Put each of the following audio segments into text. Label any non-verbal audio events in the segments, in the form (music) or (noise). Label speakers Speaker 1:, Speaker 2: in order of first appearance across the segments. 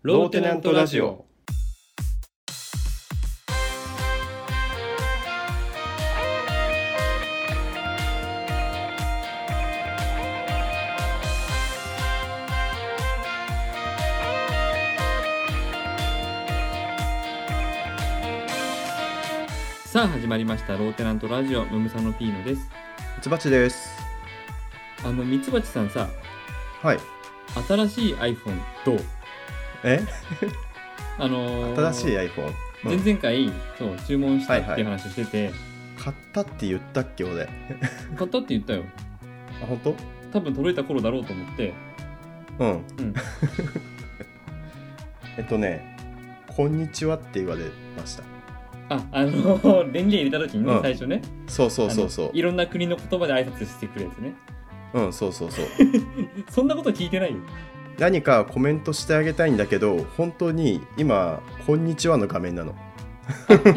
Speaker 1: ローテナントラジオ。
Speaker 2: さあ始まりましたローテナントラジオムムサノピーノです
Speaker 3: ミツバチです。
Speaker 2: あのミツバチさんさ
Speaker 3: はい。
Speaker 2: 新しい iPhone どう
Speaker 3: え
Speaker 2: あのー
Speaker 3: 新しい iPhone、うん
Speaker 2: 前々回そう注文したって
Speaker 3: はいいうは
Speaker 2: 話をしてて、
Speaker 3: 買ったって言ったっけ俺。あ、
Speaker 2: 買ったって言ったよ
Speaker 3: 本当
Speaker 2: 多分届いた頃だろうと思って
Speaker 3: うん。
Speaker 2: うん
Speaker 3: (laughs) えっとね、こんにちはって言われました。
Speaker 2: ああの (laughs) ー電源入れた時にね、
Speaker 3: うん
Speaker 2: 最初ね
Speaker 3: そうそうそう
Speaker 2: あ
Speaker 3: そ
Speaker 2: のいろんな国の言葉で挨拶してくるやつね
Speaker 3: う。うん、そうそうそう。
Speaker 2: そんなこと聞いて
Speaker 3: (laughs)
Speaker 2: ないよ
Speaker 3: 何かコメントしてあげたいんだけど、本当に今、こんにちはの画面なの。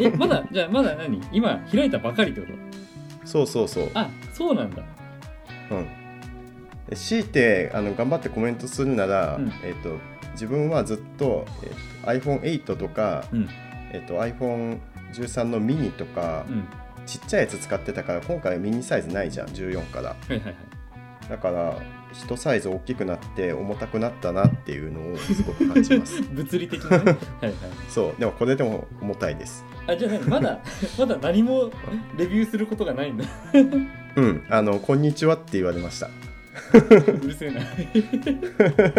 Speaker 2: えまだじゃあまだ何今開いたばかりってこと
Speaker 3: そうそうそう。
Speaker 2: あそうなんだ
Speaker 3: うん。で強いてあの頑張ってコメントするなら、
Speaker 2: うん
Speaker 3: えっと、自分はずっと、えっと、iPhone8 とか、
Speaker 2: うん
Speaker 3: えっと、iPhone13 のミニとか、
Speaker 2: うん
Speaker 3: ちっちゃいやつ使ってたから今回ミニサイズないじゃん14から
Speaker 2: はいはいはい
Speaker 3: だから一サイズ大きくなって重たくなったなっていうのをすごく感じます
Speaker 2: (laughs) 物理的なねはいはい
Speaker 3: そうでもこれでも重たいです
Speaker 2: あじゃあ何まだ (laughs) まだ何もレビューすることがないんだ (laughs)
Speaker 3: うんあの「こんにちは」って言われました
Speaker 2: うるせえな (laughs)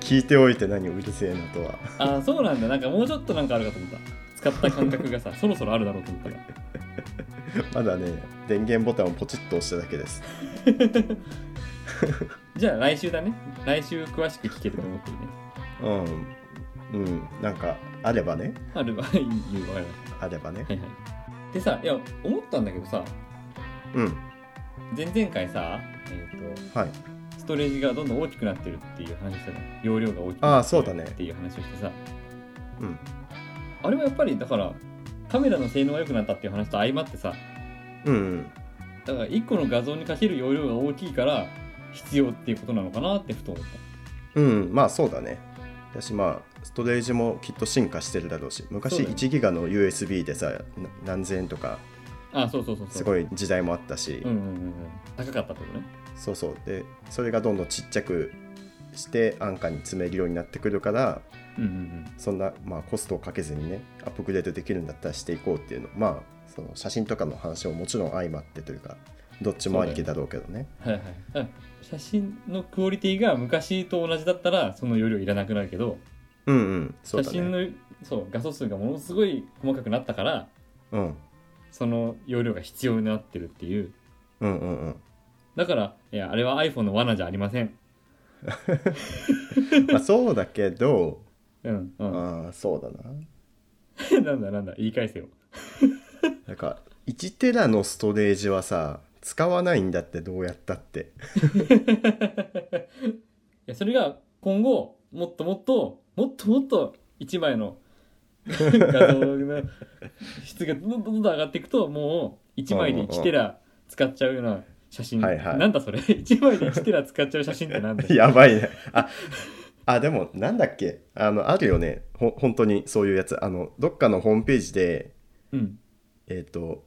Speaker 3: 聞いておいて何をうるせえなとは
Speaker 2: あそうなんだなんかもうちょっとなんかあるかと思った使った感覚がさそろそろあるだろうと思ったら
Speaker 3: まだね電源ボタンをポチッと押しただけです
Speaker 2: じゃあ来週だね来週詳しく聞けると思ってるね
Speaker 3: うんうんなんかあればね
Speaker 2: あるわいいよわかりまし
Speaker 3: あればね
Speaker 2: たはいはいでさいや思ったんだけどさ
Speaker 3: うん
Speaker 2: 前々回さえっ、と
Speaker 3: はい
Speaker 2: ストレージがどんどん大きくなってるっていう話したじゃん容量が大きく
Speaker 3: あ
Speaker 2: な
Speaker 3: あ
Speaker 2: っ
Speaker 3: そうだ
Speaker 2: て
Speaker 3: ね
Speaker 2: るっていう話をしてさ
Speaker 3: うん
Speaker 2: あれはやっぱりだからカメラの性能が良くなったっていう話と相まってさ
Speaker 3: うんうん
Speaker 2: だから1個の画像にかける容量が大きいから必要っていうことなのかなってふと思っ
Speaker 3: うんまあそうだね私まあストレージもきっと進化してるだろうし昔
Speaker 2: そうだね
Speaker 3: 1ギガの USB でさな何千円とか
Speaker 2: たあそうそうそうそう
Speaker 3: すごい時代もあったし、
Speaker 2: うんうんうんうん高かったってことね
Speaker 3: そうそうでそれがどんどんちっちゃくして安価に詰めるようになってくるから
Speaker 2: うんうん
Speaker 3: そんな、まあ、コストをかけずにねアップグレードできるんだったらしていこうっていうのまあその写真とかの話ももちろん相まってというかどっちもありきだろうけどね
Speaker 2: うんはいはいだから写真のクオリティが昔と同じだったらその容量いらなくなるけど、
Speaker 3: うんうんそう
Speaker 2: 写
Speaker 3: だ
Speaker 2: 真
Speaker 3: ね
Speaker 2: のそう画素数がものすごい細かくなったから
Speaker 3: うん
Speaker 2: その容量が必要になってるっていう
Speaker 3: うんうんうん
Speaker 2: だからいやあれは iPhone の罠じゃありません
Speaker 3: まあそうだけど
Speaker 2: うんうん
Speaker 3: ああそうだな
Speaker 2: (laughs) なんだなんだ言い返せよ
Speaker 3: なんか1テラのストレージはさ使わないんだってどうやったって
Speaker 2: いやそれが今後もっともっともっともっと一枚の画像の質がどんどんどんどん上がっていくともう一枚で
Speaker 3: うんうんうん
Speaker 2: 1テラ使っちゃうような写真、
Speaker 3: はいはい
Speaker 2: なんだそれ一枚で1テラ使っちゃう写真ってなんだよ
Speaker 3: やばいねああでもなんだっけあのあるよねほ本当にそういうやつあのどっかのホームページで
Speaker 2: うん
Speaker 3: えっ、と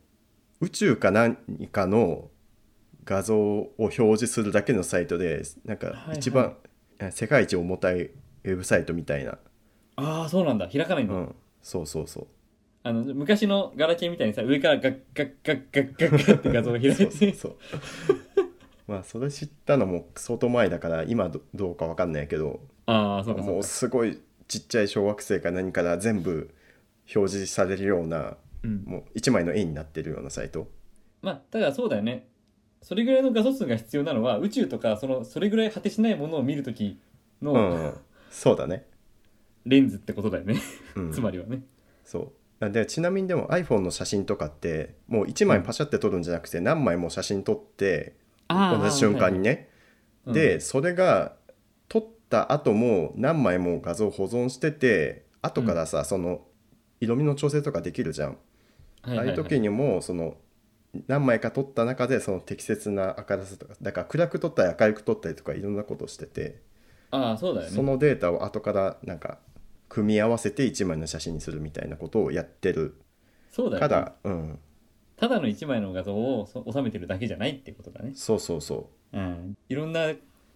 Speaker 3: 宇宙か何かの画像を表示するだけのサイトでなん
Speaker 2: はい
Speaker 3: か
Speaker 2: はい
Speaker 3: 一番、あ世界一重たいウェブサイトみたいな、
Speaker 2: ああそうなんだ開かないん
Speaker 3: う
Speaker 2: だ、
Speaker 3: ん、そうそうそう
Speaker 2: あの昔のガラケーみたいにさ上からガッガッガッガッガッガ
Speaker 3: (laughs)
Speaker 2: ッって画像が開い
Speaker 3: そうそう
Speaker 2: て
Speaker 3: そうまあそれ知ったのも相当前だから今どどうかわかんないけど
Speaker 2: ああそうかそ
Speaker 3: も
Speaker 2: う
Speaker 3: う
Speaker 2: か
Speaker 3: すごいちっちゃい小学生か何から全部表示されるような
Speaker 2: うん
Speaker 3: もう一枚の絵になってるようなサイト
Speaker 2: まあだからそうだよねそれぐらいの画素数が必要なのは宇宙とかそのそれぐらい果てしないものを見るときの、
Speaker 3: うんそうだね、
Speaker 2: レンズってことだよね、
Speaker 3: うん、
Speaker 2: つまりはね
Speaker 3: そうあでちなみにでも iPhone の写真とかってもう一枚パシャって撮るんじゃなくて何枚も写真撮って同じ瞬間に
Speaker 2: ね、
Speaker 3: ね
Speaker 2: うん
Speaker 3: でそれが撮った後も何枚も画像保存してて後からさその色味の調整とかできるじゃん
Speaker 2: はい
Speaker 3: ああ
Speaker 2: はいいう
Speaker 3: 時にもその何枚か撮った中でその適切な明るさとかだから暗く撮ったり明るく撮ったりとかいろんなことしてて
Speaker 2: ああそうだよ
Speaker 3: そ
Speaker 2: ね
Speaker 3: のデータを後からなんか組み合わせて1枚の写真にするみたいなことをやってる
Speaker 2: そうだよ
Speaker 3: か
Speaker 2: ね
Speaker 3: ら、うん、
Speaker 2: ただの1枚の画像をそ収めてるだけじゃないってことだね、
Speaker 3: そうそうそ
Speaker 2: うん、いろんな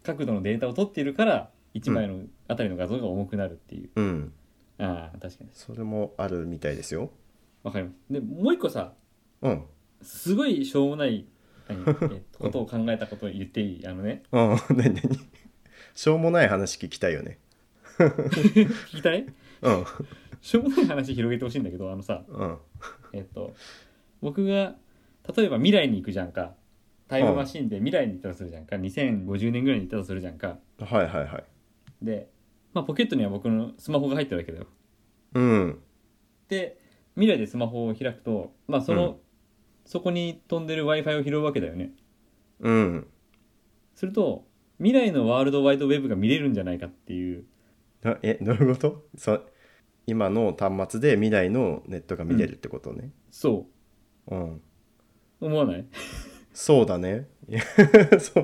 Speaker 2: 角度のデータを取っているから1枚のあたりの画像が重くなるっていう、
Speaker 3: ううん
Speaker 2: ああ確かに
Speaker 3: それもあるみたいですよ
Speaker 2: わかりますでもう一個さ
Speaker 3: うん
Speaker 2: すごいしょうもない
Speaker 3: (laughs)
Speaker 2: 何えっとことを考えたことを言っていいあのね
Speaker 3: うん (laughs) 何何しょうもない話聞きたいよね
Speaker 2: 聞きたい
Speaker 3: うん
Speaker 2: しょうもない話広げてほしいんだけどあのさ
Speaker 3: うん
Speaker 2: えっと僕が例えば未来に行くじゃんかタイムマシンで未来に行ったとするじゃんか2050年ぐらいに行ったとするじゃんか
Speaker 3: はいはいはい
Speaker 2: で、まあ、ポケットには僕のスマホが入ってるわけだよ
Speaker 3: うん
Speaker 2: で未来でスマホを開くと、まあその
Speaker 3: うん
Speaker 2: そこに飛んでる w i f i を拾うわけだよね
Speaker 3: うん
Speaker 2: すると未来のワールドワイドウェブが見れるんじゃないかっていう
Speaker 3: なえどういうことそ今の端末で未来のネットが見れるってことね
Speaker 2: そ
Speaker 3: うん、
Speaker 2: う思わない
Speaker 3: そうだね (laughs) いやそう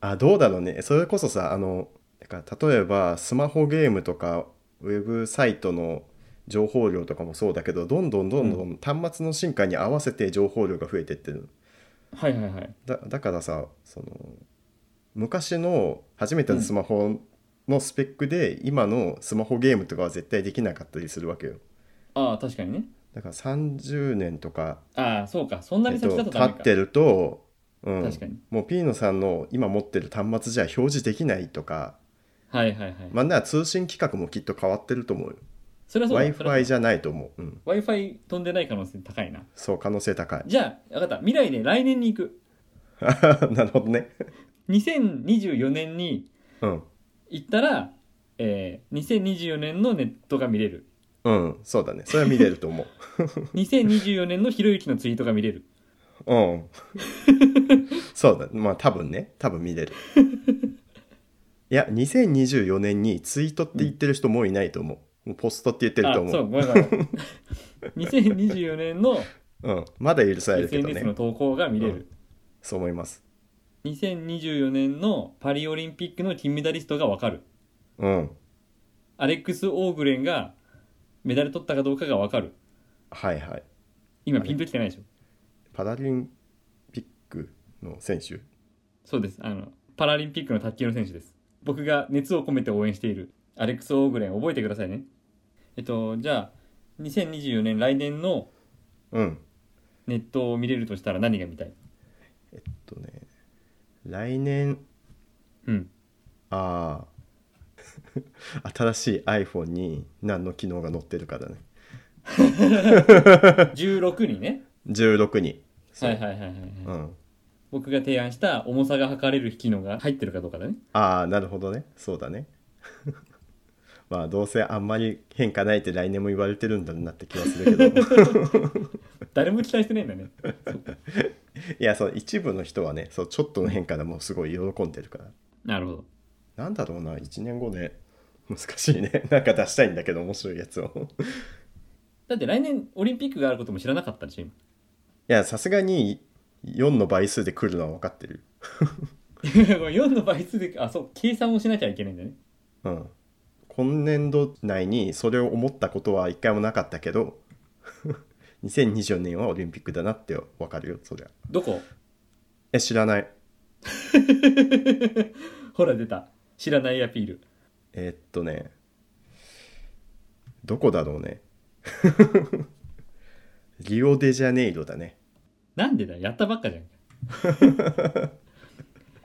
Speaker 3: あどうだろうねそれこそさあのだから例えばスマホゲームとかウェブサイトの情報量とかもそうだけどどんどんどんどん端末の進化に合わせて情報量が増えてってる
Speaker 2: はいはいはい
Speaker 3: だだからさその昔の初めてのスマホのスペックで、今のスマホゲームとかは絶対できなかったりするわけよ
Speaker 2: ああ確かにね
Speaker 3: だから30年とか、
Speaker 2: ああそうかそんな
Speaker 3: え
Speaker 2: に
Speaker 3: っ
Speaker 2: 先
Speaker 3: と、
Speaker 2: だと
Speaker 3: 経
Speaker 2: ダメか、
Speaker 3: ってると、うん、
Speaker 2: 確かに
Speaker 3: もうピーノさんの今持ってる端末じゃ表示できないとか、
Speaker 2: はいはいはい、
Speaker 3: まあ、なんなら通信規格もきっと変わってると思うよ。
Speaker 2: それは
Speaker 3: w
Speaker 2: そう
Speaker 3: i
Speaker 2: だ
Speaker 3: f i じゃないと思う。うん、
Speaker 2: w i f i 飛んでない可能性高いな
Speaker 3: そう、可能性高い。 (laughs)
Speaker 2: じゃあ分かった未来で来年に行く
Speaker 3: なるほどね。
Speaker 2: 2024年に
Speaker 3: うん、
Speaker 2: 行ったら、えー、2024年のネットが見れる
Speaker 3: うん、そうだね。それは見れると思う。
Speaker 2: 2024年のひろゆきのツイートが見れる
Speaker 3: うん。そうだ、まあ多分ね、多分見れる。いや、2024年にツイートって言ってる人もういないと思う。もうポストって言ってると
Speaker 2: あそ
Speaker 3: 思う。
Speaker 2: うごめんなさい2024年の
Speaker 3: うん、まだ許されるけど
Speaker 2: SNS の
Speaker 3: ね。
Speaker 2: 投稿が見れる、
Speaker 3: そう思います。
Speaker 2: 2024年のパリオリンピックの金メダリストがわかる
Speaker 3: うん、
Speaker 2: アレックス・オーグレンがメダル取ったかどうかがわかる
Speaker 3: はいはい。
Speaker 2: 今ピンときてないでしょ
Speaker 3: パラリンピックの選手
Speaker 2: そうですあのパラリンピックの卓球の選手です僕が熱を込めて応援しているアレックス・オーグレン覚えてくださいねえっとじゃあ2024年来年の
Speaker 3: うん。
Speaker 2: ネットを見れるとしたら何が見たい
Speaker 3: えっとね、来年、
Speaker 2: うん
Speaker 3: ああ、新しい iPhone に何の機能が載ってるかだね。
Speaker 2: 16に (laughs) ね
Speaker 3: 16に。そう
Speaker 2: はいはいはいはい、はい
Speaker 3: うん。
Speaker 2: 僕が提案した重さが測れる機能が入ってるかどうかだね
Speaker 3: ああ、なるほどね。そうだね。 (laughs) まあ、どうせあんまり変化ないって来年も言われてるんだなって気はするけど、
Speaker 2: 誰も期待してないんだね
Speaker 3: いや、その一部の人はね、そうちょっとの変化でもうすごい喜んでるから。
Speaker 2: なるほど
Speaker 3: なんだろうな、1年後ね。難しいね。 (laughs) なんか出したいんだけど、面白いやつを。 (laughs)
Speaker 2: だって来年オリンピックがあることも知らなかったで (laughs) しょ今
Speaker 3: いや、さすがに4の倍数で来るのは分かってる。
Speaker 2: 4の倍数であそう計算をしなきゃいけないんだね
Speaker 3: うん。今年度内にそれを思ったことは一回もなかったけど、2024年はオリンピックだなって分かるよ、そりゃ。
Speaker 2: どこ
Speaker 3: え、知らない。
Speaker 2: ほら出た知らないアピール
Speaker 3: えーっとね、どこだろうね。 (laughs) リオデジャネイロだね。
Speaker 2: なんでだよやったばっかじゃん
Speaker 3: (laughs)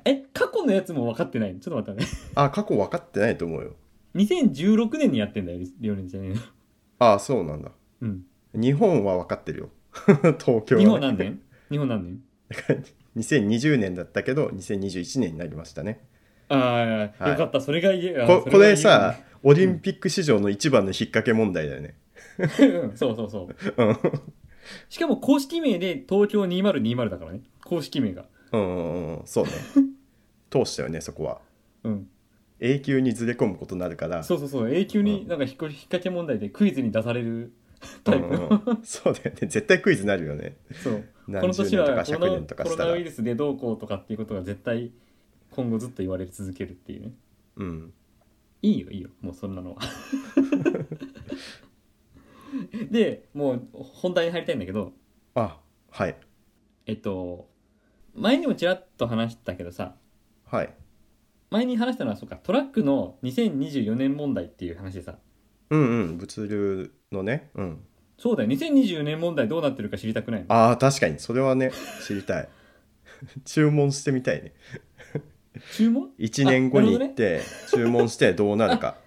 Speaker 2: え過去のやつも分かってないのちょっと待ってね
Speaker 3: あ、過去分かってないと思うよ。
Speaker 2: 2016年にやってんだよリオネじゃねえの
Speaker 3: あ、そうなんだ。
Speaker 2: うん
Speaker 3: 日本は分かってるよ。 (laughs) 東京はね、
Speaker 2: 日本何年日本何年
Speaker 3: ?2020 年だったけど、2021年になりましたね。
Speaker 2: ああ、
Speaker 3: はい
Speaker 2: よかったそれが言えあ
Speaker 3: こ
Speaker 2: そが
Speaker 3: こ
Speaker 2: 言え
Speaker 3: れさオリンピック史上の一番の引っ掛け問題だよね、
Speaker 2: うんそうそうそう
Speaker 3: うん、
Speaker 2: しかも公式名で東京2020だからね公式名が
Speaker 3: うんうんうんそうね通したよねそこは
Speaker 2: うん
Speaker 3: 永久にずれ込むことになるから
Speaker 2: そうそうそう永久になんか引っこ引っ掛け問題でクイズに出される (laughs) タイプ
Speaker 3: うん
Speaker 2: の
Speaker 3: うんうんそうだよね絶対クイズになるよね
Speaker 2: そう
Speaker 3: 何
Speaker 2: この年
Speaker 3: 十年
Speaker 2: は
Speaker 3: と
Speaker 2: こ
Speaker 3: か100年
Speaker 2: の
Speaker 3: とか
Speaker 2: コ
Speaker 3: し
Speaker 2: ロ
Speaker 3: た
Speaker 2: ナ
Speaker 3: ら
Speaker 2: ウイルスでどうこうとかっていうことが絶対今後ずっと言われ続けるっていうね
Speaker 3: うん
Speaker 2: いいよいいよもうそんなのは (laughs) でもう本題に入りたいんだけど
Speaker 3: あはい
Speaker 2: えっと前にもちらっと話したけどさ
Speaker 3: はい
Speaker 2: 前に話したのはそうかトラックの2024年問題っていう話でさ
Speaker 3: うんうん物流のねうん
Speaker 2: そうだよ2024年問題どうなってるか知りたくないの
Speaker 3: ああ確かにそれはね (laughs) 知りたい注文してみたいね
Speaker 2: 注文
Speaker 3: 1年後に行って、注文してどうなる
Speaker 2: (laughs)
Speaker 3: か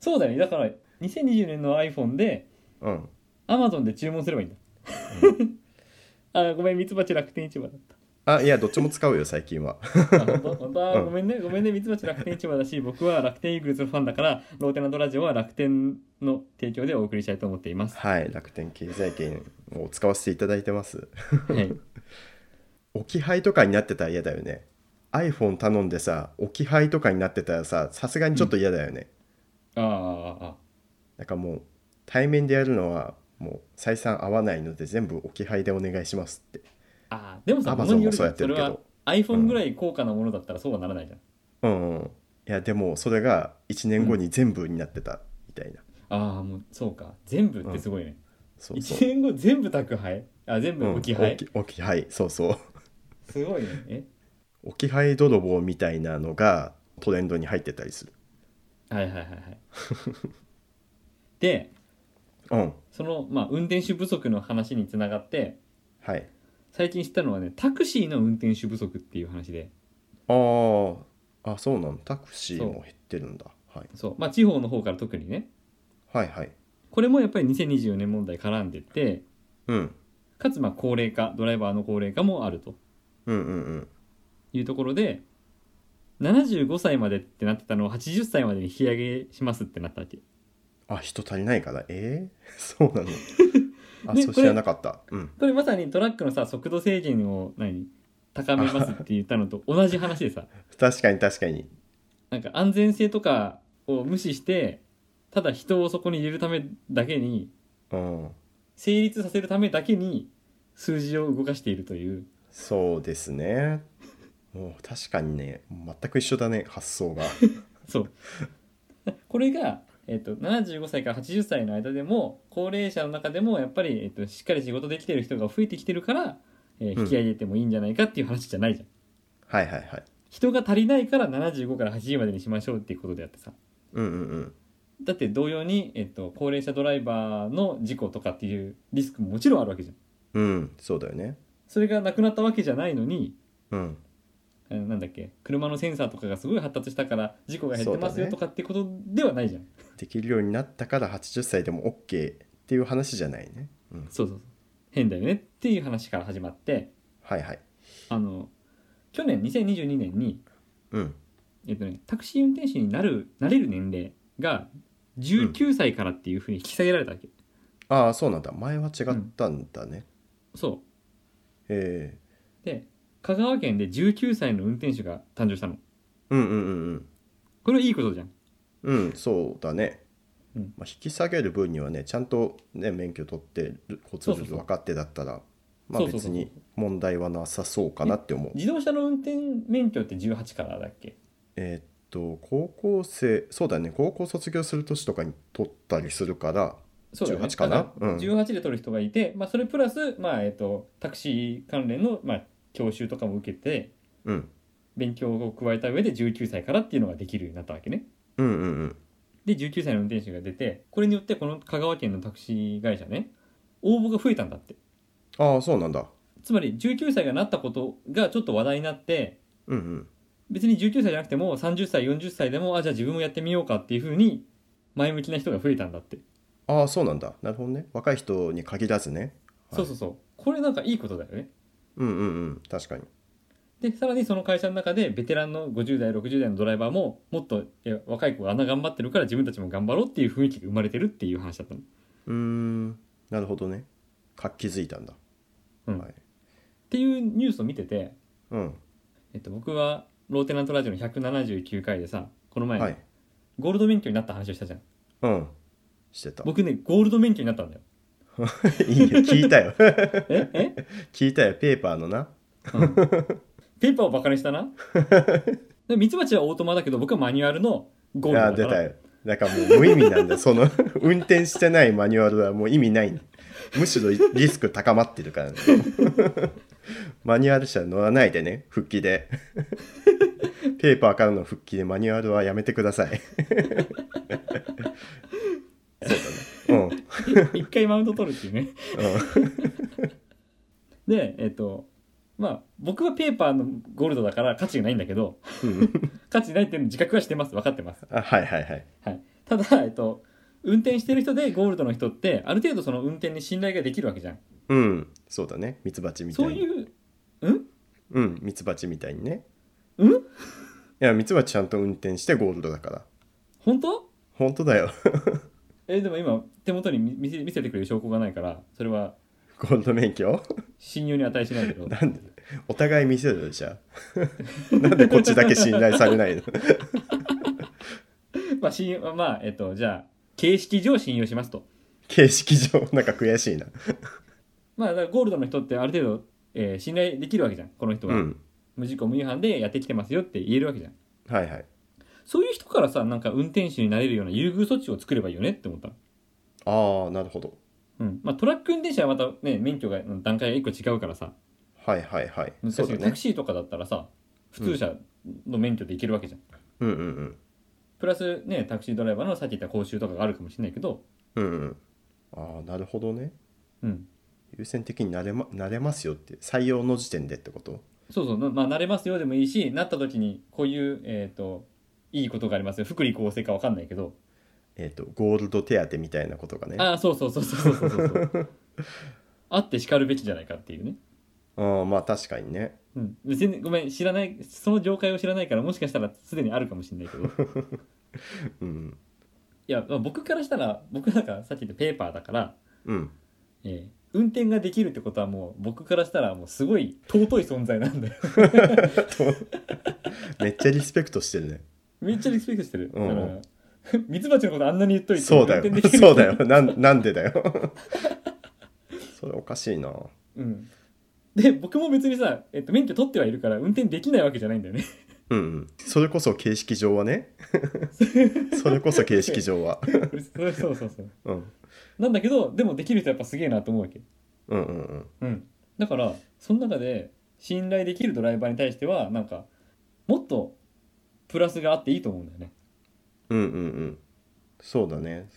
Speaker 2: そうだよねだから2020年の iPhone で
Speaker 3: うん
Speaker 2: アマゾンで注文すればいいんだ。 (laughs) あごめん、ミツバチ楽天市場だっ
Speaker 3: あいやどっちも使うよ最近は (laughs)
Speaker 2: た。あ本当本当
Speaker 3: う
Speaker 2: あ
Speaker 3: ん
Speaker 2: ごめんね、ごめんね、ミツバチ楽天市場だし、僕は楽天イーグルスのファンだから、ローテナントラジオは楽天の提供でお送りしたいと思ってい
Speaker 3: (laughs)
Speaker 2: ます。
Speaker 3: はい楽天経済圏を使わせていただいてます
Speaker 2: はい、
Speaker 3: 置き配とかになってたら嫌だよね iPhone 頼んでさ置き配とかになってたらささすがにちょっと嫌だよね、
Speaker 2: あああ、
Speaker 3: なんかもう対面でやるのはもう採算合わないので全部置き配でお願いしますって
Speaker 2: ああ、でもさ、
Speaker 3: Amazon
Speaker 2: 物による
Speaker 3: もそうや
Speaker 2: よ
Speaker 3: って
Speaker 2: そ
Speaker 3: る
Speaker 2: れ
Speaker 3: けど
Speaker 2: は iPhone ぐらい高価なものだったらそうはならないじゃん。
Speaker 3: うん、うん、いやでもそれが1年後に全部になってたみたいな、
Speaker 2: ああ、もうそうか、全部ってすごいね。
Speaker 3: そうそう
Speaker 2: 1年後全部宅配あ、全部
Speaker 3: うん
Speaker 2: 置き配、
Speaker 3: 置き置き配そうそう
Speaker 2: すごいね。え
Speaker 3: 置き配泥棒みたいなのがトレンドに入ってたりする
Speaker 2: はいはいはい
Speaker 3: (laughs)
Speaker 2: はい。で、
Speaker 3: うん
Speaker 2: その、まあ、運転手不足の話につながって
Speaker 3: はい
Speaker 2: 最近知ったのはねタクシーの運転手不足っていう話で
Speaker 3: あーあそうなのタクシーも減ってるんだ、はい、
Speaker 2: そう、まあ、地方の方から特にね
Speaker 3: はいはい
Speaker 2: これもやっぱり2024年問題絡んでて
Speaker 3: うん
Speaker 2: かつまあ高齢化ドライバーの高齢化もあると
Speaker 3: うんうんうん
Speaker 2: いうところで75歳までってなってたのを80歳までに引き上げしますってなったわけ
Speaker 3: あ人足りないからえー、 (laughs) そう
Speaker 2: (laughs)
Speaker 3: なのあ、
Speaker 2: ね
Speaker 3: そ
Speaker 2: こ
Speaker 3: う知
Speaker 2: れ
Speaker 3: らなかったうん
Speaker 2: これまさにトラックのさ速度制限を何高めますって言ったのと同じ話でさ
Speaker 3: 確かに確かに
Speaker 2: なんか安全性とかを無視してただ人をそこに入れるためだけに
Speaker 3: うん
Speaker 2: 成立させるためだけに数字を動かしているという
Speaker 3: そうですねもう確かにね全く一緒だね発
Speaker 2: (laughs)
Speaker 3: 想が
Speaker 2: そうこれが、えっと75歳から80歳の間でも高齢者の中でもやっぱり、えっとしっかり仕事できてる人が増えてきてるから、えー
Speaker 3: うん
Speaker 2: 引き上げてもいいんじゃないかっていう話じゃないじゃん、
Speaker 3: はいはいはい
Speaker 2: 人が足りないから75から80までにしましょうっていうことであってさ
Speaker 3: うんうんうん
Speaker 2: だって同様に、えっと高齢者ドライバーの事故とかっていうリスクももちろんあるわけじゃん
Speaker 3: うんそうだよね
Speaker 2: それがなくなったわけじゃないのに
Speaker 3: うん
Speaker 2: えーなんだっけ車のセンサーとかがすごい発達したから事故が減ってますよ
Speaker 3: そうだね
Speaker 2: とかってことではないじゃん
Speaker 3: できるようになったから80歳でも OK っていう話じゃないねうん
Speaker 2: そう,、そうそう変だよねっていう話から始まって
Speaker 3: はいはい
Speaker 2: あの去年2022年に、
Speaker 3: うん
Speaker 2: えっとね、タクシー運転手になるなれる年齢が19歳からっていうふうに引き下げられたわけ、
Speaker 3: ああそうなんだ前は違ったんだね、
Speaker 2: そ
Speaker 3: え
Speaker 2: うで香川県で19歳の運転手が誕生したの
Speaker 3: ー、うんうんうんうん
Speaker 2: これはいいことじゃん
Speaker 3: うん、そうだね。
Speaker 2: うん
Speaker 3: まあ、引き下げる分にはね、ちゃんと、ね、免許取ってる、
Speaker 2: そ
Speaker 3: 交
Speaker 2: う
Speaker 3: 通
Speaker 2: そう
Speaker 3: ルー
Speaker 2: そう
Speaker 3: ル分かってだったら、まあ
Speaker 2: そうそうそ
Speaker 3: 別
Speaker 2: う
Speaker 3: に問題はなさそうかなって思う。
Speaker 2: 自動車の運転免許って18からだっけ
Speaker 3: えーっと、高校生、そうだね、高校卒業する年とかに取ったりするから、
Speaker 2: そうだよね
Speaker 3: 18かな
Speaker 2: だら
Speaker 3: うん
Speaker 2: 18で取る人がいて、まあ、それプラス、まあえっとタクシー関連の、まあ、教習とかも受けて
Speaker 3: うん、
Speaker 2: 勉強を加えた上で19歳からっていうのができるようになったわけね
Speaker 3: うんうんうん。
Speaker 2: で19歳の運転手が出てこれによってこの香川県のタクシー会社ね応募が増えたんだって
Speaker 3: ああ、そうなんだ。
Speaker 2: つまり19歳がなったことがちょっと話題になって
Speaker 3: うんうん。
Speaker 2: 別に19歳じゃなくても30歳40歳でもあじゃあ自分もやってみようかっていうふうに前向きな人が増えたんだって、
Speaker 3: ああ、そうなんだ。なるほどね。若い人に限らずね。はい
Speaker 2: そうそうそうこれなんかいいことだよね
Speaker 3: うんうんうん、確かに。
Speaker 2: でさらにその会社の中でベテランの50代60代のドライバーももっといや若い子があんな頑張ってるから自分たちも頑張ろうっていう雰囲気が生まれてるっていう話だったの
Speaker 3: うーん、なるほどね。活気づいたんだ。
Speaker 2: うん
Speaker 3: はい。
Speaker 2: っていうニュースを見てて、
Speaker 3: うん、
Speaker 2: えっと、僕はローテナントラジオの179回でさこの前、
Speaker 3: はい。
Speaker 2: ゴールド免許になった話をしたじゃん
Speaker 3: うん、してた。
Speaker 2: 僕ねゴールド免許になったんだよ
Speaker 3: (laughs) いいよ聞いたよ (laughs)
Speaker 2: ええ、
Speaker 3: 聞いたよペーパーのな (laughs)
Speaker 2: うん、ペーパーをバカにしたなでミツバチはオートマだけど僕はマニュアルのゴール
Speaker 3: あ
Speaker 2: ドだ
Speaker 3: ー出
Speaker 2: か
Speaker 3: た
Speaker 2: ら
Speaker 3: よだからもう無意味なんだよその (laughs) 運転してないマニュアルはもう意味ないむしろリスク高まってるから、ね、 (laughs) マニュアル車乗らないでね復帰で (laughs) ペーパーからの復帰でマニュアルはやめてください (laughs) そうだね
Speaker 2: (laughs) 一回マウント取るっていうね
Speaker 3: うんうん
Speaker 2: でえっ、とまあ僕はペーパーのゴールドだから価値がないんだけど
Speaker 3: うん
Speaker 2: 価値ないっていうの自覚はしてます分かってます、
Speaker 3: あはいはいはい
Speaker 2: はい、ただえっ、と運転してる人でゴールドの人ってある程度その運転に信頼ができるわけじゃん
Speaker 3: うんそうだねミツバチみたい
Speaker 2: そう
Speaker 3: に
Speaker 2: いううん
Speaker 3: うんミツバチみたいにね
Speaker 2: うん
Speaker 3: いやミツバチちゃんと運転してゴールドだから
Speaker 2: 本当
Speaker 3: 本当だよ
Speaker 2: えーでも今手元に見見せ見せてくれる証拠がないからそれは
Speaker 3: ゴールド免許
Speaker 2: 信用に値しないけど
Speaker 3: (laughs) なんでお互い見せるじゃん (laughs) なんでこっちだけ信頼されないの (laughs)
Speaker 2: まあ信用まあえっ、とじゃあ形式上信用しますと
Speaker 3: 形式上なんか悔しいな
Speaker 2: まあだからゴールドの人ってある程度、えー信頼できるわけじゃんこの人は、
Speaker 3: うん
Speaker 2: 無事故無違反でやってきてますよって言えるわけじゃん
Speaker 3: はいはい
Speaker 2: そういう人からさ、なんか運転手になれるような優遇措置を作ればいいよねって思ったの。
Speaker 3: ああなるほど
Speaker 2: うん。まあトラック運転手はまたね、免許が段階が一個違うからさ、
Speaker 3: はいはいはい
Speaker 2: 難しい
Speaker 3: そう
Speaker 2: け
Speaker 3: だ
Speaker 2: どタ
Speaker 3: ね
Speaker 2: クシーとかだったらさ、普通車の免許で行けるわけじゃん。
Speaker 3: うんうん
Speaker 2: プラスね、タクシードライバーのさっき言った講習とかがあるかもしれないけど、
Speaker 3: うんうんうんああなるほどね
Speaker 2: うん。
Speaker 3: 優先的になれ,、ま、なれますよって採用の時点でってこと
Speaker 2: そうそう、なまあ慣れますよでもいいし、なった時にこういう、えっ、と、いいことがありますよ。福利厚生かわかんないけど。
Speaker 3: えっ、とゴールド手当みたいなことがねあ
Speaker 2: ああ、そうそうそうそうそうそうそう。
Speaker 3: (laughs)
Speaker 2: あって叱るべきじゃないかっていうね。
Speaker 3: あーまあ確かにね
Speaker 2: うん、全然ごめん知らないその業界を知らないからもしかしたらすでにあるかもしれないけどい
Speaker 3: うん
Speaker 2: やまあ僕からしたら僕なんかさっき言ったペーパーだから、
Speaker 3: うん (laughs)
Speaker 2: えー運転ができるってことはもう僕からしたらもうすごい尊い存在なんだよ (laughs)
Speaker 3: (laughs) めっちゃリスペクトしてるね
Speaker 2: めっちゃリスペクトしてる、
Speaker 3: うん
Speaker 2: だから (laughs) ミツバチのことあんなに言っといて
Speaker 3: そうだよ
Speaker 2: 運転できる
Speaker 3: そうだよなんなんでだよ (laughs) それおかしいな
Speaker 2: (laughs) うんで僕も別にさ、えっと、免許取ってはいるから運転できないわけじゃないんだよね (laughs)
Speaker 3: うんうん、それこそ形式上はねそれこそ形式上は、
Speaker 2: そうそうそうそう
Speaker 3: うん、
Speaker 2: なんだけどでもできる人やっぱすげえなと思うわけ
Speaker 3: うんうんうん
Speaker 2: うん、だからその中で信頼できるドライバーに対してはなんかもっとプラスがあっていいと思うんだよね
Speaker 3: うんうんうんそうだね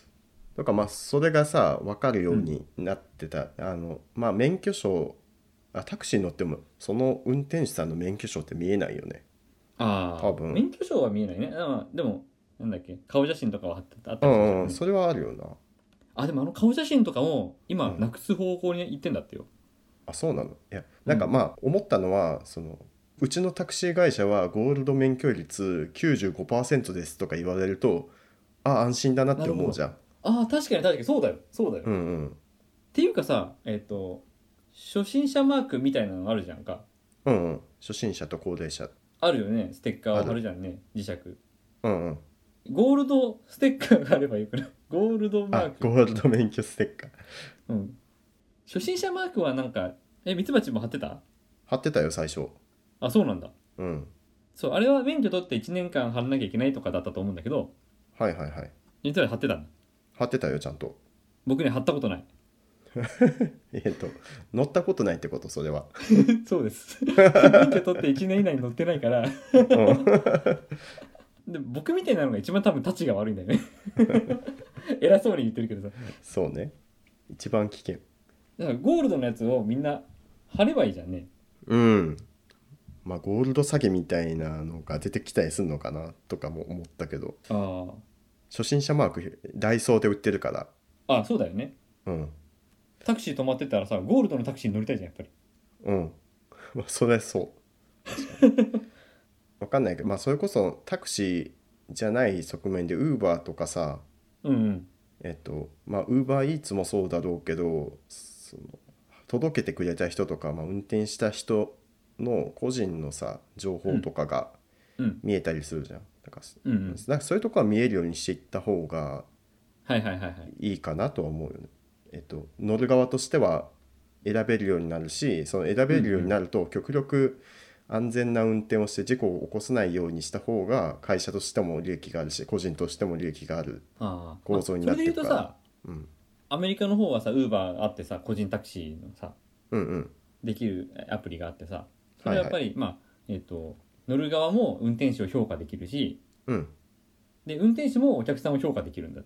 Speaker 3: だからまあそれがさ分かるようになってた、あのまあ免許証あタクシー乗ってもその運転手さんの免許証って見えないよね
Speaker 2: あ
Speaker 3: ー多分
Speaker 2: 免許証は見えないねあでもなんだっけ顔写真とかは貼ってあった
Speaker 3: う
Speaker 2: りする
Speaker 3: ん、うん、
Speaker 2: じゃん
Speaker 3: それはあるよな
Speaker 2: あでもあの顔写真とかも今
Speaker 3: うん
Speaker 2: なくす方向に行ってんだってよ、
Speaker 3: あそうなのいやなんかまあ思ったのは、そのうちのタクシー会社はゴールド免許率95%ですとか言われるとあ安心だなって思うじゃん
Speaker 2: ああ確かに確かにそうだよそうだよ、
Speaker 3: う
Speaker 2: っ
Speaker 3: んうん
Speaker 2: ていうかさえっ、と初心者マークみたいなのあるじゃんか
Speaker 3: うんうん、初心者と高齢者
Speaker 2: あるよねステッカ
Speaker 3: あ
Speaker 2: ー
Speaker 3: る
Speaker 2: 貼るじゃんね磁石
Speaker 3: うんうん
Speaker 2: ゴールドステッカーがあればよく
Speaker 3: (laughs)
Speaker 2: ないゴールドマー
Speaker 3: あ
Speaker 2: ク
Speaker 3: ゴールド免許ステッカー
Speaker 2: うん、初心者マークはなんかえミツバチも貼ってた
Speaker 3: 貼ってたよ最初
Speaker 2: あそうなんだ
Speaker 3: うん
Speaker 2: そうあれは免許取って1年間貼らなきゃいけないとかだったと思うんだけど
Speaker 3: はいはいはい
Speaker 2: ミツバチ貼ってたんだ
Speaker 3: 貼ってたよちゃんと (laughs)
Speaker 2: 僕ね貼ったことない
Speaker 3: えっ、と乗ったことないってことそれは
Speaker 2: (laughs)
Speaker 3: (laughs)
Speaker 2: そうです (laughs) 免許取って1年以内に乗ってないから
Speaker 3: うん
Speaker 2: (laughs) で僕みたいなのが一番多分タチが悪いんだよね (laughs) 偉そうに言ってるけどさ
Speaker 3: そうね一番危険
Speaker 2: だからゴールドのやつをみんな貼ればいいじゃんね
Speaker 3: うんまあゴールド詐欺みたいなのが出てきたりするのかなとかも思ったけど
Speaker 2: あ
Speaker 3: 初心者マークダイソーで売ってるから
Speaker 2: ああそうだよね
Speaker 3: うん
Speaker 2: タクシー止まってたらさゴールドのタクシーに乗りたいじゃんやっぱり
Speaker 3: うん (laughs) まあそれそう分かんないけどまあそれこそタクシーじゃない側面でウーバーとかさ
Speaker 2: うんうん
Speaker 3: えっとまあウーバーイーツもそうだろうけどその届けてくれた人とか、まあ、運転した人の個人のさ情報とかが
Speaker 2: うん
Speaker 3: 見えたりするじゃん、だから
Speaker 2: うんうん
Speaker 3: なんかそういうとこは見えるようにしていった方が
Speaker 2: はいはいはいはい
Speaker 3: いいかなとは思うよね。えっと、乗る側としては選べるようになるしその選べるようになると極力安全な運転をして事故を起こさないようにした方が会社としても利益があるし個人としても利益がある
Speaker 2: あー
Speaker 3: 構造になって
Speaker 2: あそれで
Speaker 3: るか
Speaker 2: 言うと
Speaker 3: ら
Speaker 2: さ
Speaker 3: うん
Speaker 2: アメリカの方はさウーバーあってさ個人タクシーのさ
Speaker 3: うんうん
Speaker 2: できるアプリがあってさそれはやっぱり、まあえっ、と乗る側も運転手を評価できるし
Speaker 3: うん
Speaker 2: で運転手もお客さんを評価できるんだ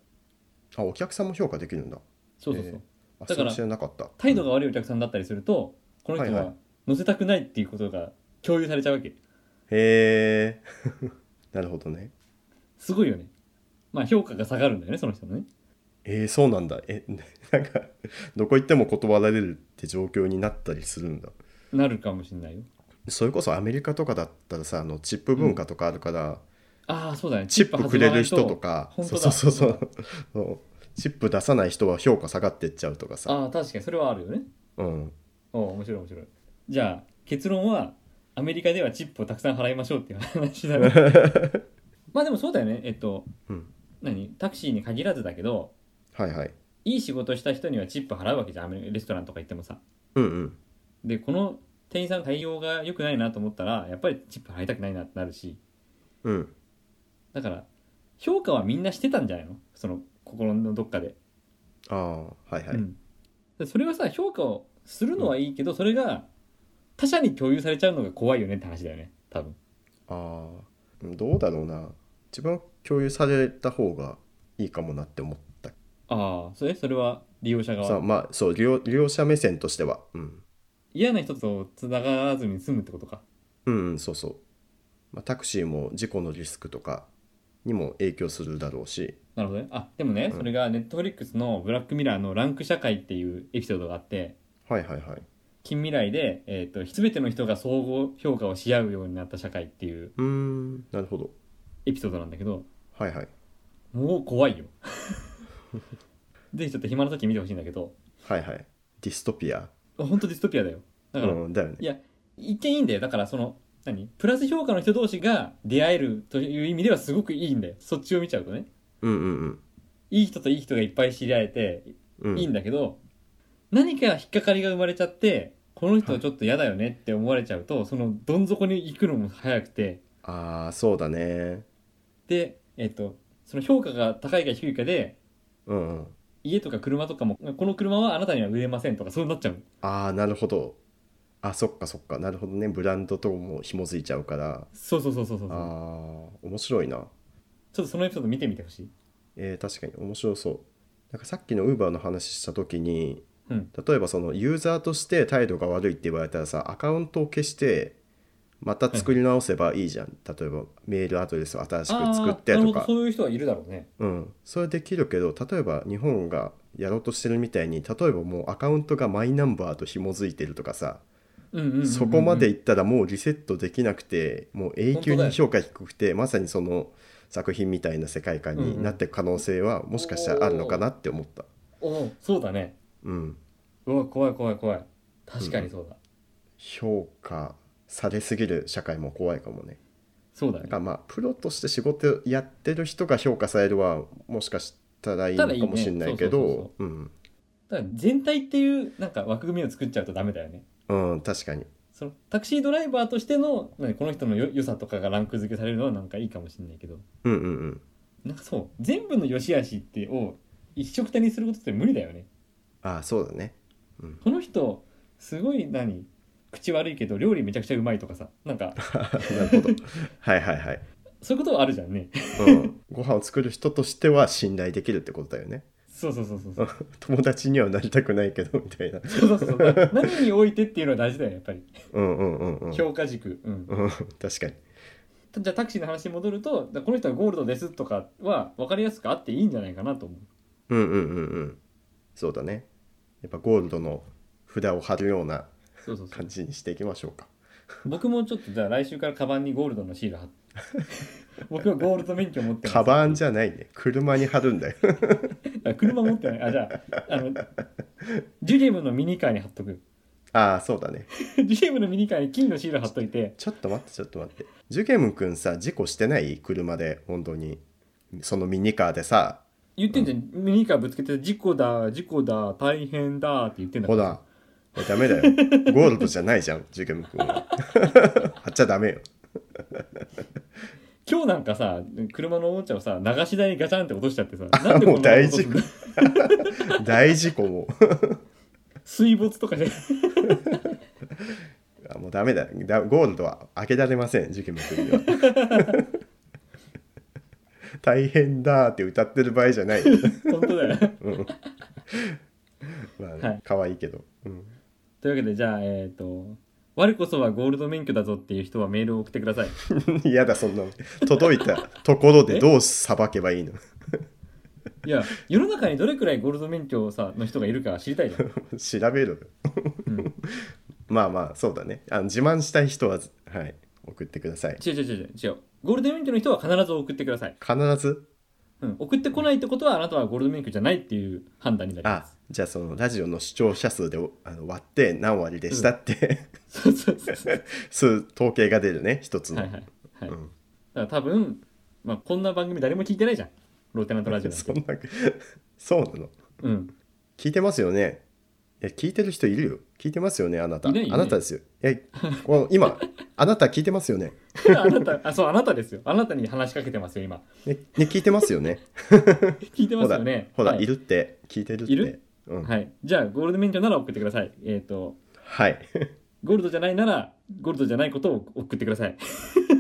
Speaker 3: あお客さんも評価できるんだ
Speaker 2: そうそうそう、
Speaker 3: へえあ
Speaker 2: だから
Speaker 3: そう知らなかった
Speaker 2: 態度が悪いお客さんだったりするとこの人
Speaker 3: はい
Speaker 2: は
Speaker 3: は
Speaker 2: 乗せたくないっていうことが共有されちゃうわけ
Speaker 3: へえ (laughs) なるほどね
Speaker 2: すごいよねまあ評価が下がるんだよねその人のね
Speaker 3: えー、そうなんだえ (laughs) なんかどこ行っても断られるって状況になったりするんだ
Speaker 2: なるかもしれないよ
Speaker 3: それこそアメリカとかだったらさあのチップ文化とかあるから、
Speaker 2: ああそうだね
Speaker 3: チップくれる人と
Speaker 2: かチ
Speaker 3: か
Speaker 2: ップ
Speaker 3: そう
Speaker 2: 外
Speaker 3: そ
Speaker 2: さな
Speaker 3: う
Speaker 2: い
Speaker 3: そうそうそう (laughs) チップ出さない人は評価下がってっちゃうとかさ
Speaker 2: ああ確かにそれはあるよね
Speaker 3: うん
Speaker 2: おお面白い面白いじゃあ結論はアメリカではチップをたくさん払いましょうっていう話だ
Speaker 3: (laughs)
Speaker 2: ねまあでもそうだよねえっと、
Speaker 3: うん
Speaker 2: 何タクシーに限らずだけど
Speaker 3: はいはい
Speaker 2: いい仕事した人にはチップ払うわけじゃんアメリレストランとか行ってもさ
Speaker 3: うんうん
Speaker 2: でこの店員さんの対応が良くないなと思ったらやっぱりチップ払いたくないなってなるし
Speaker 3: うん
Speaker 2: だから評価はみんなしてたんじゃないのその心のどっかで、
Speaker 3: ああはいはい、
Speaker 2: うんでそれはさ評価をするのはいいけど、それが他者に共有されちゃうのが怖いよねって話だよね多分
Speaker 3: ああどうだろうな自分は共有された方がいいかもなって思った
Speaker 2: ああそれそれは利用者
Speaker 3: さあ
Speaker 2: 側
Speaker 3: まあそう利用利用者目線としては、うん、
Speaker 2: 嫌な人と繋がらずに済むってことか
Speaker 3: うんうんそうそう、まあ、タクシーも事故のリスクとかにも影響するだろうし
Speaker 2: なるほどねあでもね、
Speaker 3: うん
Speaker 2: それがネットフリックスの「ブラックミラー」の「ランク社会」っていうエピソードがあって
Speaker 3: はいはいはい
Speaker 2: 近未来で、えー、と全ての人が総合評価をし合うようになった社会っていう
Speaker 3: うーんなるほど
Speaker 2: エピソードなんだけど
Speaker 3: はいはい
Speaker 2: もう怖いよ (laughs) ぜひちょっと暇な時見てほしいんだけど
Speaker 3: はいはいディストピア、
Speaker 2: 本当ディストピアだよだから、
Speaker 3: うん、だよね
Speaker 2: いや一見いいんだよだからその何プラス評価の人同士が出会えるという意味ではすごくいいんだよそっちを見ちゃうとね
Speaker 3: うんうん
Speaker 2: いい人といい人がいっぱい知り合えて
Speaker 3: うんうん
Speaker 2: いいんだけど、何か引っかかりが生まれちゃってこの人はちょっと嫌だよねって思われちゃうと、そのどん底に行くのも早くて
Speaker 3: ああそうだね
Speaker 2: でえっとその評価が高いか低いかで
Speaker 3: うんうん
Speaker 2: 家とか車とかもこの車はあなたには売れませんとかそうなっちゃう
Speaker 3: ああなるほどあそっかそっかなるほどねブランドとも紐づいちゃうから
Speaker 2: そうそうそうそうそう
Speaker 3: ああ
Speaker 2: そう
Speaker 3: 面白いな
Speaker 2: ちょっとそのエピソード見てみてほしい
Speaker 3: えー確かに面白そうなんかさっきの Uber の話した時に
Speaker 2: うん
Speaker 3: 例えばそのユーザーとして態度が悪いって言われたらさアカウントを消してまた作り直せばいいじゃん、例えばメールアドレスを新しく作って
Speaker 2: あーなるほ
Speaker 3: と
Speaker 2: ど
Speaker 3: か
Speaker 2: そういう人はいるだろうね
Speaker 3: うん、それできるけど例えば日本がやろうとしてるみたいに例えばもうアカウントがマイナンバーと紐づいてるとかさ、
Speaker 2: うんうんうんうん
Speaker 3: そこまでいったらもうリセットできなくてもう永久に評価低くてまさにその作品みたいな世界観になっていく可能性はもしかしたらあるのかなって思った。
Speaker 2: おうそうだね
Speaker 3: うん、
Speaker 2: うわ怖い怖い怖い確かにそうだ、
Speaker 3: 評価されすぎる社会も怖いかもね。
Speaker 2: そうだ
Speaker 3: だ
Speaker 2: ね
Speaker 3: からまあプロとして仕事やってる人が評価されるはもしかしたらいいのかもしれな
Speaker 2: ただいいねそ
Speaker 3: いけ
Speaker 2: うそう
Speaker 3: どうん
Speaker 2: だから全体っていうなんか枠組みを作っちゃうとダメだよね
Speaker 3: うん確かに
Speaker 2: そのタクシードライバーとしての何この人のよ良さとかがランク付けされるのはなんかいいかもしれないけど
Speaker 3: うんうんうん。
Speaker 2: なんかそう全部の良し悪しってを一色体にすることって無理だよね
Speaker 3: ああそうだね (laughs)
Speaker 2: この人すごい何口悪いけど料理めちゃくちゃうまいとかさなんか
Speaker 3: なるほどはいはいはい、
Speaker 2: そういうことはあるじゃんね
Speaker 3: うん、ご飯を作る人としては信頼できるってことだよね
Speaker 2: そうそうそうそうそう
Speaker 3: 友達にはなりたくないけどみたいな
Speaker 2: そうそうそうだから何においてっていうのは大事だよやっぱり
Speaker 3: うんうんうんうん
Speaker 2: 評価軸うん
Speaker 3: うん確かに
Speaker 2: じゃあタクシーの話に戻るとだからこの人はゴールドですとかは分かりやすくあっていいんじゃないかなと思う
Speaker 3: うんうんうんうんそうだねやっぱゴールドの札を貼るような
Speaker 2: そうそうそう
Speaker 3: 感じにしていきましょうか
Speaker 2: 僕もちょっとじゃあ来週からカバンにゴールドのシール貼って (laughs) 僕はゴールド免許持ってます
Speaker 3: カバンじゃないね車に貼るんだよ (laughs)
Speaker 2: あ車持ってないあじゃああのジュリムのミニカーに貼っとく (laughs)
Speaker 3: ああそうだね
Speaker 2: ジュリムのミニカーに金のシール貼っといて
Speaker 3: ちょっと待ってちょっと待ってジュゲム君さ事故してない車で本当にそのミニカーでさ
Speaker 2: 言ってんじゃん、ミニカーぶつけて事故だ事故だ大変だって言ってんだ
Speaker 3: ほ
Speaker 2: から
Speaker 3: (laughs) 、ダメだよ。ゴールドじゃないじゃん、ジュゲム君は。ちゃダメよ。
Speaker 2: 今日なんかさ車のおもちゃをさ流し台にガチャンって落としちゃってさなんで
Speaker 3: もう
Speaker 2: こんなことする
Speaker 3: 大大事故も。
Speaker 2: 水没とかで
Speaker 3: あもうダメだだ。ゴールドは開けられません、受験の国は。大変だーって歌ってる場合じゃない。
Speaker 2: (laughs) 本当だよ
Speaker 3: まあ、ね
Speaker 2: はい
Speaker 3: 可愛いけど。うん、
Speaker 2: というわけでじゃあえっ、と我こそはゴールド免許だぞっていう人はメールを送ってください
Speaker 3: 嫌だ、そんなの。届いたところでどうさばけばいいの
Speaker 2: いや世の中にどれくらいゴールド免許をさの人がいるか知りたいじゃん
Speaker 3: 調べろよ。
Speaker 2: うん
Speaker 3: (laughs) まあまあ、そうだね。あの自慢したい人は、はい、送ってください。
Speaker 2: 違う違う違う違うゴールド免許の人は必ず送ってください、
Speaker 3: 必ず
Speaker 2: うん、送ってこないってことはあなたはゴールド免許じゃないっていう判断になりま
Speaker 3: あ
Speaker 2: す
Speaker 3: じゃあそのラジオの視聴者数でおあの割って何割でした (laughs) って、
Speaker 2: そうそうそうそう
Speaker 3: 数統計が出るね一つの、
Speaker 2: はいはいはい、
Speaker 3: うん
Speaker 2: だから多分、まあ、こんな番組誰も聞いてないじゃんローテナントラジオなん
Speaker 3: そ
Speaker 2: て
Speaker 3: んな (laughs) そうなの
Speaker 2: うん
Speaker 3: 聞いてますよねいや聞いてる人いるよ聞いてますよねあなた
Speaker 2: いないよね
Speaker 3: あなたですよいやこの
Speaker 2: (laughs)
Speaker 3: 今あなた聞いてますよね
Speaker 2: あなたあそうあなたですよあなたに話しかけてますよ今
Speaker 3: ねね聞いてますよね
Speaker 2: 聞いてま
Speaker 3: ほ
Speaker 2: す
Speaker 3: ら
Speaker 2: よね
Speaker 3: ほら、
Speaker 2: はい
Speaker 3: い、るって聞いてるって
Speaker 2: いる
Speaker 3: うんは
Speaker 2: は
Speaker 3: い、
Speaker 2: い、じゃあゴールド免許なら送ってくださいえっ、とゴールドじゃないならゴールドじゃないことを送ってください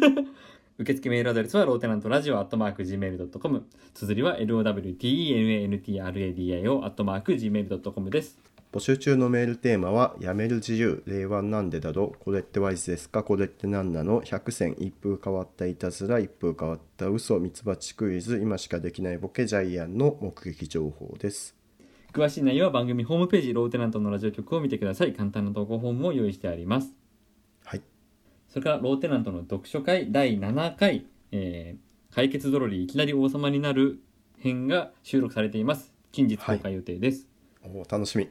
Speaker 2: (laughs) 受付メールアドレスはローテナントラジオアットマーク Gmail.com 綴りは LOWTENANTRADIO アットマーク Gmail.com です
Speaker 3: 募集中のメールテーマは「やめる自由令和なんでだろうこれってワイズですかこれって何なの100選一風変わったいたずら一風変わった嘘ミツバチクイズ今しかできないボケジャイアンの目撃情報」です
Speaker 2: 詳しい内容は番組ホームページローテナントのラジオ局を見てください簡単な投稿フォームも用意してあります
Speaker 3: はい
Speaker 2: それからローテナントの読書会第7回、えー解決ドロリーいきなり王様になる編が収録されています近日公開予定です、
Speaker 3: おー楽しみ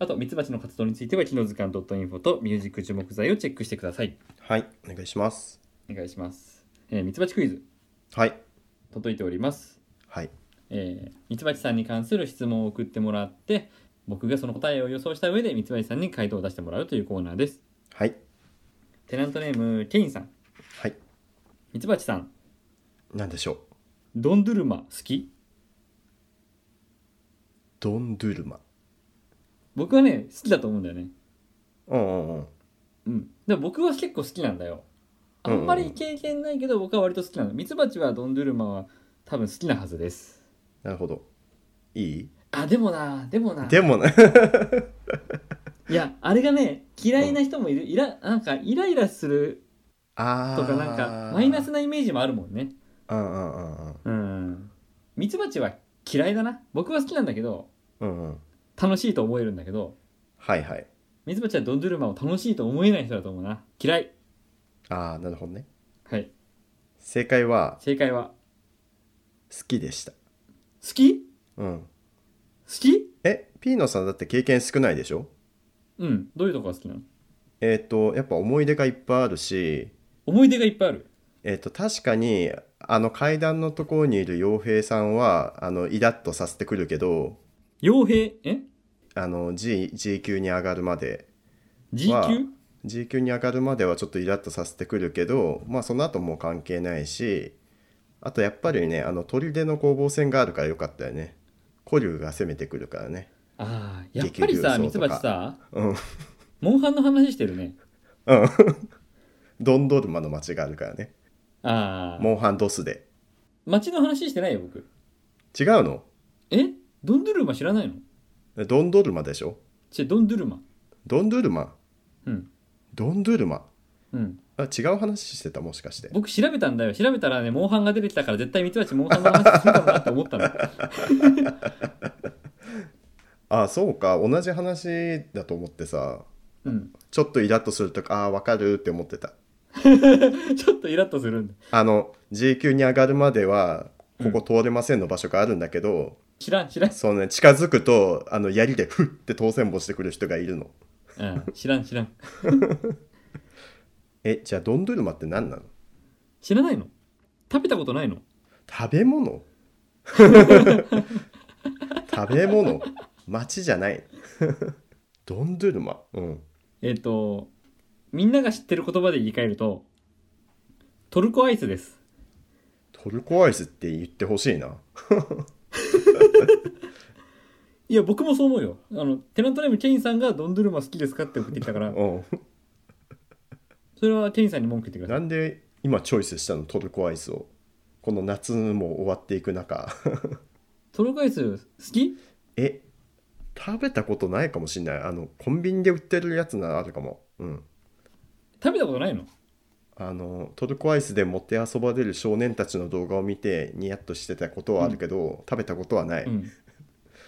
Speaker 2: あと、ミツバチの活動については、機能図鑑 .info とミュージック樹木材をチェックしてください。
Speaker 3: はいお願いします
Speaker 2: お願いします。えー、ミツバチクイズ、
Speaker 3: はい
Speaker 2: 届いております。
Speaker 3: はい
Speaker 2: えー、ミツバチさんに関する質問を送ってもらって、僕がその答えを予想した上で、ミツバチさんに回答を出してもらうというコーナーです。
Speaker 3: はい
Speaker 2: テナントネーム、ケインさん。
Speaker 3: はい
Speaker 2: ミツバチさん、
Speaker 3: 何でしょう
Speaker 2: ドンドゥルマ好き
Speaker 3: ドンドゥルマ
Speaker 2: 僕はね、好きだと思うんだよね。
Speaker 3: うんうんうん
Speaker 2: うん。でも僕は結構好きなんだよ。あんまり経験ないけど、僕は割と好きなの。ミツバチはドンドゥルマは多分好きなはずです。
Speaker 3: なるほどいい
Speaker 2: あでもなでもな
Speaker 3: でもね
Speaker 2: いやあれがね嫌いな人もいる、いらなんかイライラする
Speaker 3: あ
Speaker 2: と
Speaker 3: ー
Speaker 2: かなんかマイナスなイメージもあるもんね
Speaker 3: うんうんうんうん
Speaker 2: うんミツバチは嫌いだな僕は好きなんだけど
Speaker 3: うんうん
Speaker 2: 楽しいと思えるんだけど
Speaker 3: はいはい
Speaker 2: ミツバチはドンドゥルマを楽しいと思えない人だと思うな嫌い
Speaker 3: ああなるほどね
Speaker 2: はい
Speaker 3: 正解は
Speaker 2: 正解は
Speaker 3: 好きでした
Speaker 2: 好き好
Speaker 3: うん
Speaker 2: き
Speaker 3: えピーノさんだって経験少ないでしょ
Speaker 2: うんどういうとこが好きなの
Speaker 3: えっ、とやっぱ思い出がいっぱいあるし
Speaker 2: 思い出がいっぱいある
Speaker 3: えっ、と確かにあの階段のところにいる傭兵さんはあのイラッとさせてくるけど
Speaker 2: 傭兵え
Speaker 3: あの G, G 級に上がるまで
Speaker 2: G
Speaker 3: わあ
Speaker 2: 級
Speaker 3: G 級に上がるまではちょっとイラッとさせてくるけどまあその後もう関係ないしあとやっぱりねあの砦の攻防戦があるからよかったよね古竜が攻めてくるからね
Speaker 2: ああやっぱり
Speaker 3: 激流
Speaker 2: さ
Speaker 3: 走
Speaker 2: ミツ
Speaker 3: とか
Speaker 2: バチさ
Speaker 3: うん
Speaker 2: モンハンの話してるね
Speaker 3: うんドンドルマの街があるからね
Speaker 2: ああ
Speaker 3: モンハンドスで
Speaker 2: 街の話してないよ僕
Speaker 3: 違うの
Speaker 2: えドンドゥルマ知らないの
Speaker 3: ドンドルマでしょ
Speaker 2: 違うドンドゥルマ
Speaker 3: ドンドゥルマ
Speaker 2: うん
Speaker 3: ドンドゥルマ
Speaker 2: うん
Speaker 3: あ違う話してたもしかして
Speaker 2: 僕調べたんだよ調べたらねモンハンが出てきたから絶対ミツバチモンハンの話するかもなって思 (laughs) ったの
Speaker 3: あそうか同じ話だと思ってさ
Speaker 2: うん
Speaker 3: ちょっとイラッとするとかあーわかるって思ってた
Speaker 2: ちょっとイラッとするんだ
Speaker 3: あの G 級に上がるまではここ通れませんの場所があるんだけど、
Speaker 2: 知らん知らん、
Speaker 3: そのね近づくとあの槍でフッって当選棒してくる人がいるの
Speaker 2: うん、知らん知らん
Speaker 3: えじゃあドンドゥルマって何なの
Speaker 2: 知らないの食べたことないの
Speaker 3: 食べ物食べ物街じゃないドンドゥルマうん
Speaker 2: えっ、とみんなが知ってる言葉で言い換えると、トルコアイスです。
Speaker 3: トルコアイスって言ってほしいな。
Speaker 2: いや、僕もそう思うよ。あの、テナントネームケインさんがドンドゥルマ好きですかって送ってきたから、
Speaker 3: うん。
Speaker 2: それはケインさんに文句言ってくださ
Speaker 3: なんで今チョイスしたのトルコアイスを。この夏も終わっていく中。 (laughs)
Speaker 2: い。トルコアイス好き
Speaker 3: え、食べたことないかもしんない。あの、コンビニで売ってるやつならあるかも。うん。
Speaker 2: 食べたことないの
Speaker 3: あの、トルコアイスでもてあそばれる少年たちの動画を見てニヤッとしてたことはあるけど、食べたことはない。
Speaker 2: うん。だ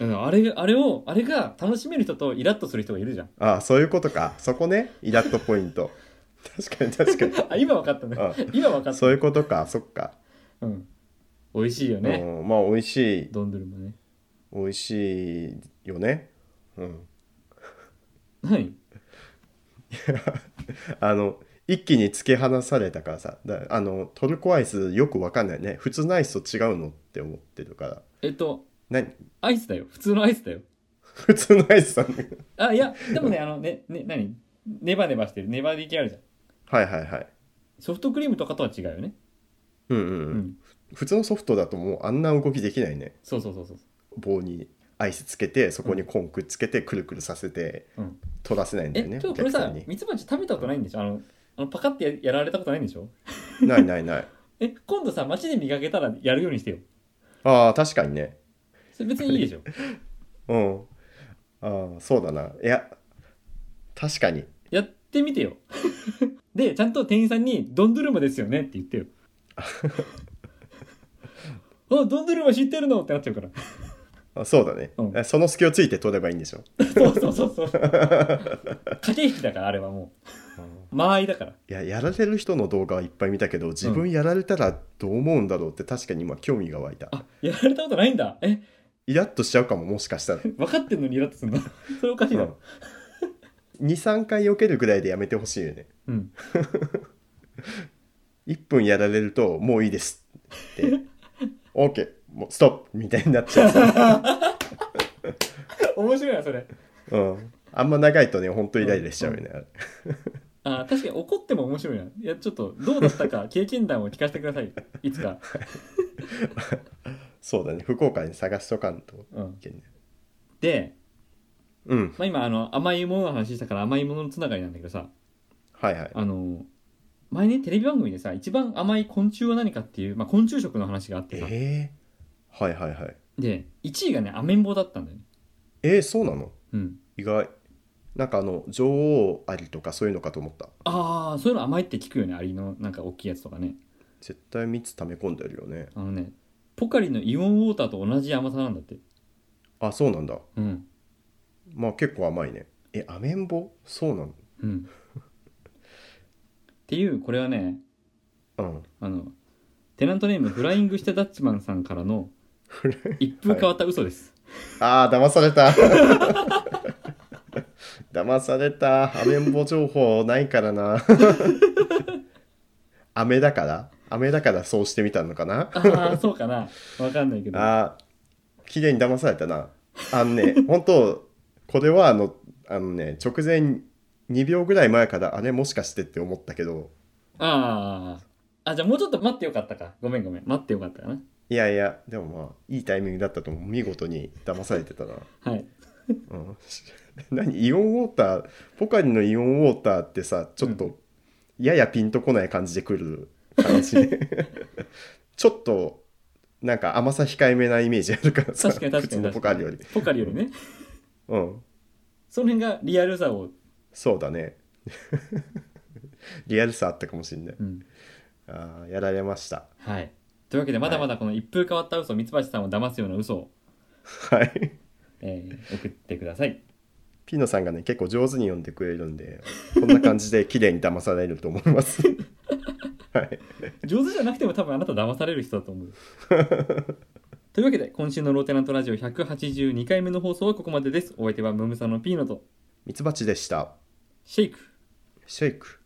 Speaker 2: からあれ、あれを、あれが楽しめる人とイラッとする人がいるじゃん。
Speaker 3: ああ、そういうことか。そこね。イラッとポイント。確かに
Speaker 2: (laughs)
Speaker 3: 確かに。
Speaker 2: あ、今分かったね
Speaker 3: あ。
Speaker 2: 今分かった。
Speaker 3: そういうことか。そっか。
Speaker 2: うん。美味しいよね。
Speaker 3: うん、まあ、美味しい。
Speaker 2: ドンドゥルマね。
Speaker 3: 美味しいよね。うん。
Speaker 2: 何
Speaker 3: あの一気に突き放されたからさだあのトルコアイスよくわかんないね普通のアイスと違うのって思ってるから
Speaker 2: えっと、
Speaker 3: 何 (laughs)
Speaker 2: アイスだよ。普通のアイスだよ。
Speaker 3: 普通のアイスさん
Speaker 2: あ、いや、でもね、あのね、ね、何ネバネバしてる。ネバディ系あるじゃん。
Speaker 3: はいはいはい
Speaker 2: ソフトクリームとかとは違うよね。
Speaker 3: うんうん、う、
Speaker 2: うんん。
Speaker 3: 普通のソフトだともうあんな動きできないね
Speaker 2: そうそうそうそう。
Speaker 3: 棒にアイスつけてそこにコーンくっつけてくるくるさせて
Speaker 2: うん。
Speaker 3: 取らせないんだ
Speaker 2: え、
Speaker 3: よね、
Speaker 2: ちょ
Speaker 3: お
Speaker 2: っとこれ
Speaker 3: 客さ
Speaker 2: さ
Speaker 3: んに、
Speaker 2: ミツバチ食べたことないんでしょあの、あのパカってややられたことないんでしょ
Speaker 3: ないないない
Speaker 2: え、今度さ、街で見かけたらやるようにしてよ。
Speaker 3: ああ確かにね
Speaker 2: それ別にいいでしょ
Speaker 3: うんああそうだないや確かに
Speaker 2: やってみてよ。で、ちゃんと店員さんに、ドンドゥルマですよねって言って (laughs) よ。あ、ドンドゥルマ知ってるのってなっちゃうから。
Speaker 3: あそうだね、
Speaker 2: うん
Speaker 3: えその隙をついて取ればいいんでしょ
Speaker 2: そうそうそうそう。 (laughs) 駆け引きだから、あれはもう。間合いだから。
Speaker 3: いややられる人の動画はいっぱい見たけど自分やられたらどう思うんだろうって確かに今興味が湧いた、
Speaker 2: あ、やられたことないんだ。え、
Speaker 3: イラッとしちゃうかももし
Speaker 2: (laughs)
Speaker 3: かしたら、
Speaker 2: 分かってんのにイラッとすんのそれおかしいだろ。
Speaker 3: 23回避けるぐらいでやめてほしいよね
Speaker 2: うん。
Speaker 3: 1分やられるともういいですって
Speaker 2: (laughs)
Speaker 3: OK もうストップみたいになっちゃう
Speaker 2: 面白いな、それ。
Speaker 3: うん、あんま長いとねほんとイライラしちゃうよね、あれ
Speaker 2: あ確かに怒っても面白いな。いや、ちょっと、どうだった (laughs) か、経験談を聞かせてください。いつか。
Speaker 3: そうだね福岡に探しとかんと
Speaker 2: うん
Speaker 3: い。けんね
Speaker 2: で、
Speaker 3: うん
Speaker 2: まあ、今、あの、甘いものの話したから甘いもののつながりなんだけどさ、
Speaker 3: はいはい
Speaker 2: あの、前ね、テレビ番組でさ、一番甘い昆虫は何かっていう、まあ、昆虫食の話があってさ、
Speaker 3: えー、はいはいはい
Speaker 2: で、1位がね、アメンボだったんだよね。
Speaker 3: えー、そうなの
Speaker 2: うん。
Speaker 3: 意外なんかあの女王アリとかそういうのかと思った
Speaker 2: ああ、そういうの甘いって聞くよね、アリのなんか大きいやつとかね。
Speaker 3: 絶対蜜溜め込んでるよね
Speaker 2: あのね、ポカリのイオンウォーターと同じ甘さなんだって。
Speaker 3: あそうなんだ
Speaker 2: うん。
Speaker 3: まあ結構甘いねえアメンボそうなの
Speaker 2: うん。っていう、これはね、
Speaker 3: うん
Speaker 2: あの、テナントネームフライングしたダッチマンさんからの一風変わった嘘です。
Speaker 3: あー騙された (laughs) 騙されたアメンボ情報ないからな (laughs) アメだからアメだからそうしてみたのかな
Speaker 2: ああ、そうかな。わかんないけど。
Speaker 3: あー綺麗に騙されたなあのね (laughs) 本当これはあのあのね直前2秒ぐらい前からあれもしかしてって思ったけど
Speaker 2: あーあ、じゃあもうちょっと待ってよかったか。ごめんごめん。待ってよかったかな。
Speaker 3: いやいやでもまあいいタイミングだったと思う見事に騙されてたな
Speaker 2: はい。
Speaker 3: うん、 (laughs) 何イオンウォーターポカリのイオンウォーターってさちょっと、ややピンとこない感じで来る感じ (laughs) でちょっとなんか甘さ控えめなイメージあるからさ
Speaker 2: 確かに確
Speaker 3: 普
Speaker 2: か
Speaker 3: 通
Speaker 2: に確かに
Speaker 3: のポカリより
Speaker 2: ポカリよりね。
Speaker 3: うん
Speaker 2: その辺がリアルさを。
Speaker 3: そうだね (laughs) リアルさあったかもしんない
Speaker 2: うん。
Speaker 3: あーやられました
Speaker 2: はい。というわけで、まだまだこの一風変わった嘘、ミツバチさんを騙すような嘘を、
Speaker 3: はい
Speaker 2: えー送ってください。
Speaker 3: ピノさんがね結構上手に読んでくれるんでこんな感じで綺麗に騙されると思いますはい
Speaker 2: 上手じゃなくても多分あなた騙される人だと思
Speaker 3: (laughs)
Speaker 2: う。というわけで、今週のローテナントラジオ182回目の放送はここまでです。お相手はムムサのピーノと
Speaker 3: ミツバチでした
Speaker 2: シェイク。
Speaker 3: シェイク